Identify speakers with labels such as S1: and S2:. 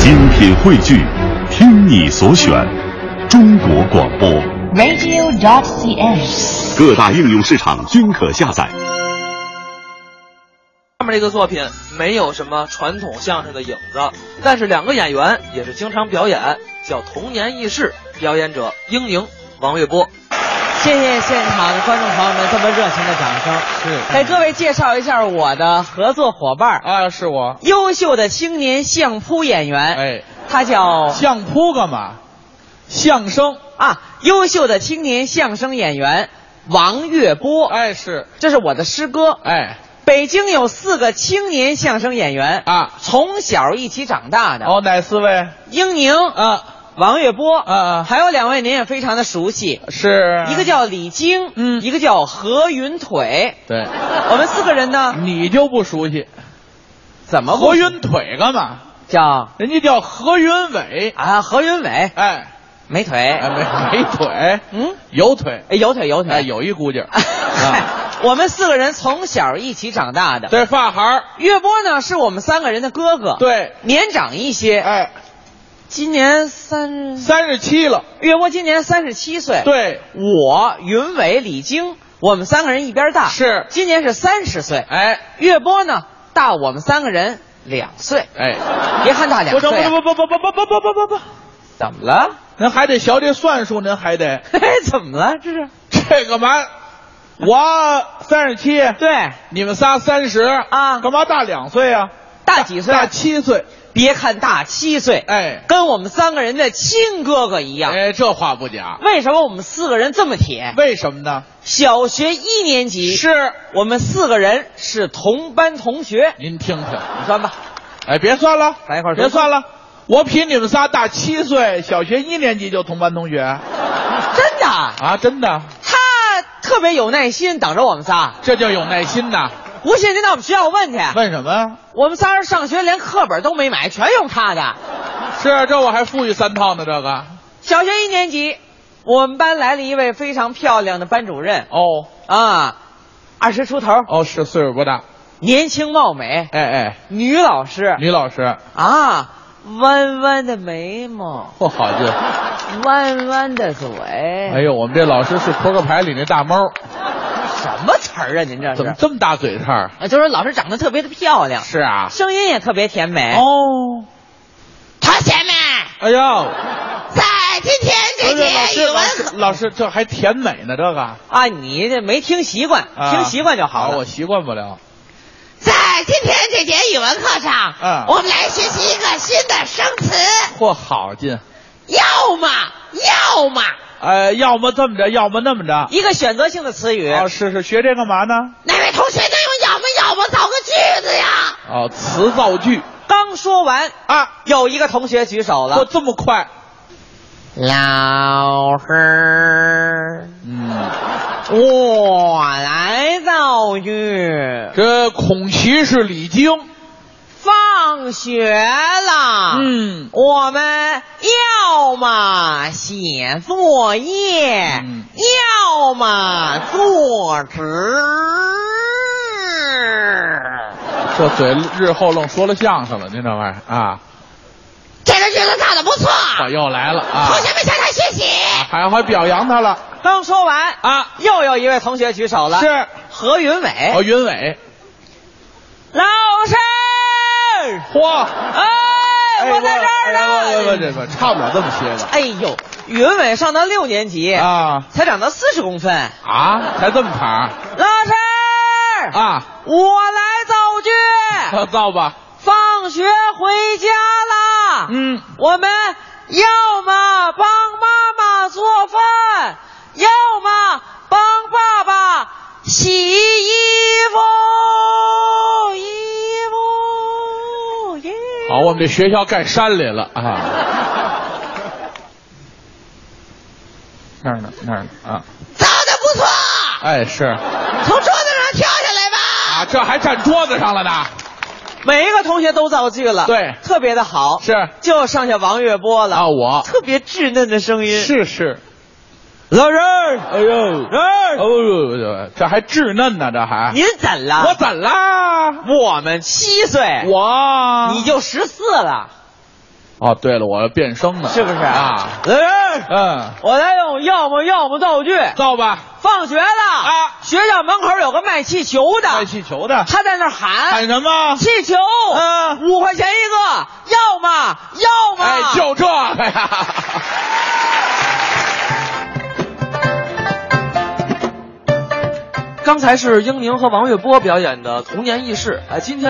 S1: 精品汇聚，听你所选，中国广播。
S2: radio.cn。
S1: 各大应用市场均可下载。
S3: 上面这个作品没有什么传统相声的影子，但是两个演员也是经常表演，叫童年轶事。表演者英宁、王月波。
S4: 谢谢现场的观众朋友们这么热情的掌声。
S5: 是嗯
S4: 给各位介绍一下我的合作伙伴，
S5: 啊，是我。
S4: 优秀的青年相扑演员，
S5: 哎，
S4: 他叫
S5: 相扑干嘛？相声。
S4: 啊，优秀的青年相声演员王月波。
S5: 哎，是。
S4: 这是我的师哥。
S5: 哎，
S4: 北京有四个青年相声演员
S5: 啊
S4: 从小一起长大的，
S5: 哦，哪四位？
S4: 英宁、
S5: 啊，
S4: 王月波，
S5: 啊啊
S4: 还有两位您也非常的熟悉，
S5: 是
S4: 一个叫李菁，
S5: 嗯
S4: 一个叫何云腿。
S5: 对，
S4: 我们四个人呢，
S5: 你就不熟悉。
S4: 怎么不
S5: 何云腿干嘛？
S4: 叫
S5: 人家叫何云伟。
S4: 啊？何云伟
S5: 哎，
S4: 没腿，
S5: 哎，没没腿，
S4: 嗯，
S5: 有腿。
S4: 哎，有腿有腿，
S5: 哎，有一姑姐。啊，
S4: 嗨。 我们四个人从小一起长大的。
S5: 对，发孩儿。
S4: 岳波呢，是我们三个人的哥哥，，
S5: 对，
S4: 年长一些，
S5: 哎，
S4: 今年三十，
S5: 三十七了。
S4: 岳波今年三十七岁，，
S5: 对，
S4: 我云伟、李菁，我们三个人一边大，
S5: 是
S4: 今年是三十岁，
S5: 哎，
S4: 岳波呢大我们三个人两岁，
S5: 哎，
S4: 别看大
S5: 不
S4: 两
S5: 成，
S4: 岁啊，
S5: 不不不不不不不不不不不。
S4: 怎么了？
S5: 您还得学这算术，您还得
S4: 嘿，怎么了？这是
S5: 这干嘛？我三十七，
S4: 对
S5: 你们仨三十
S4: 啊
S5: 干嘛大两岁啊？
S4: 大几岁？
S5: 大七岁。
S4: 别看大七岁，
S5: 哎
S4: 跟我们三个人的亲哥哥一样。
S5: 哎，这话不假，
S4: 为什么我们四个人这么铁？
S5: 为什么呢？
S4: 小学一年级
S5: 是
S4: 我们四个人是同班同学，
S5: 您听听，
S4: 你算吧，
S5: 哎，别算了，
S4: 咱一块儿说
S5: 别算了。我比你们仨大七岁，小学一年级就同班同学
S4: 真的，
S5: 啊！真的，
S4: 他特别有耐心等着我们仨。
S5: 这叫有耐心呐。
S4: 不信您到我们学校问去，
S5: 问什么呀？
S4: 我们仨人上学连课本都没买，全用他的。
S5: 是啊这我还富裕三套呢，这个
S4: 小学一年级，我们班来了一位非常漂亮的班主任
S5: 哦
S4: 啊，二十出头，
S5: 哦，是岁数不大，
S4: 年轻貌美，
S5: 哎
S4: 女老师
S5: 哎，女老师，
S4: 啊，弯弯的眉毛，
S5: 不好意思。
S4: 弯弯的嘴，
S5: 哎呦，我们这老师是扑克牌里那大猫，
S4: 什么词儿啊？您这
S5: 怎么
S4: 是？
S5: 这么大嘴叉儿？
S4: 啊，就是老师长得特别的漂亮，
S5: 是啊，
S4: 声音也特别甜美。
S5: 哦，
S4: 同学们，
S5: 哎呦，
S4: 在今天
S5: 不是老师，老师，老师，这还甜美呢，这个
S4: 啊，你这没听习惯，
S5: 啊
S4: 听习惯就好了。
S5: 我习惯不了。
S6: 在今天这节语文课上，
S5: 嗯
S6: 我们来学习一个新的生词，
S5: 嚯，好劲！
S6: 要么，要么。
S5: 呃，要么这么着，要么那么着。
S4: 一个选择性的词语，
S5: 哦，是是，学这干嘛呢？
S6: 哪位同学能用要么，要么造个句子呀？
S5: 哦，词造句
S4: 刚说完，
S5: 啊！
S4: 有一个同学举手
S5: 嚯，
S4: 了。
S5: 这么快？
S4: 老师，
S5: 嗯，
S4: 我来造句。
S5: 这孔琦是李菁。
S4: 放学了，
S5: 嗯
S4: 我们要么写作业，
S5: 嗯
S4: 要么坐直。
S5: 这嘴日后愣说了相声了，您这玩意儿啊！
S6: 这个句子造的不错，
S5: 我又来了啊！
S6: 同学们向他学习。
S5: 还还表扬他了。
S4: 刚说完
S5: 啊
S4: 又有一位同学举手了，
S5: 是
S4: 何云伟。
S5: 哦，云伟，
S4: 老师，
S5: 嚯，
S4: 哎，我在这儿
S5: 哎不不不
S4: 呢。
S5: 这不差不了这么些个
S4: 哎呦，云伟上到六年级，
S5: 啊
S4: 才长到四十公分。
S5: 啊，才这么茬
S4: 老师
S5: 儿，啊，
S4: 我来造句。
S5: 造吧，
S4: 放学回家啦，
S5: 嗯，
S4: 我们要么帮妈妈做饭，要么帮爸爸洗衣服，衣服。耶
S5: 好，我们这学校盖山里了 啊。那儿呢，那儿呢啊！
S6: 造的不错，
S5: 哎，是啊，
S6: 从桌子上跳下来吧。
S5: 这还站桌子上了呢。
S4: 每一个同学都造句了，
S5: 对
S4: 特别的好，
S5: 是
S4: 就剩下王月波了，
S5: 啊，我
S4: 特别稚嫩的声音，
S5: 是是，
S4: 老人，
S5: 哎呦，
S4: 哎
S5: 哎呦呦呦，这还稚嫩呢，这还
S4: 您怎了？
S5: 我怎啦？
S4: 我们七岁，
S5: 我
S4: 你就十四了。
S5: 哦，对了，我变声呢，
S4: 是不是
S5: 啊？
S4: 来，
S5: 嗯，
S4: 我来用要么要么道具。
S5: 造吧，
S4: 放学了
S5: 啊
S4: 学校门口有个卖气球
S5: 带
S4: 的，
S5: 气球的，
S4: 他在那儿喊
S5: 喊什么？
S4: 气球，
S5: 嗯
S4: 五块钱一个，要吗？要吗？
S5: 哎，就这个呀！
S3: 刚才是英宁和王月波表演的《童年轶事》，哎，今天。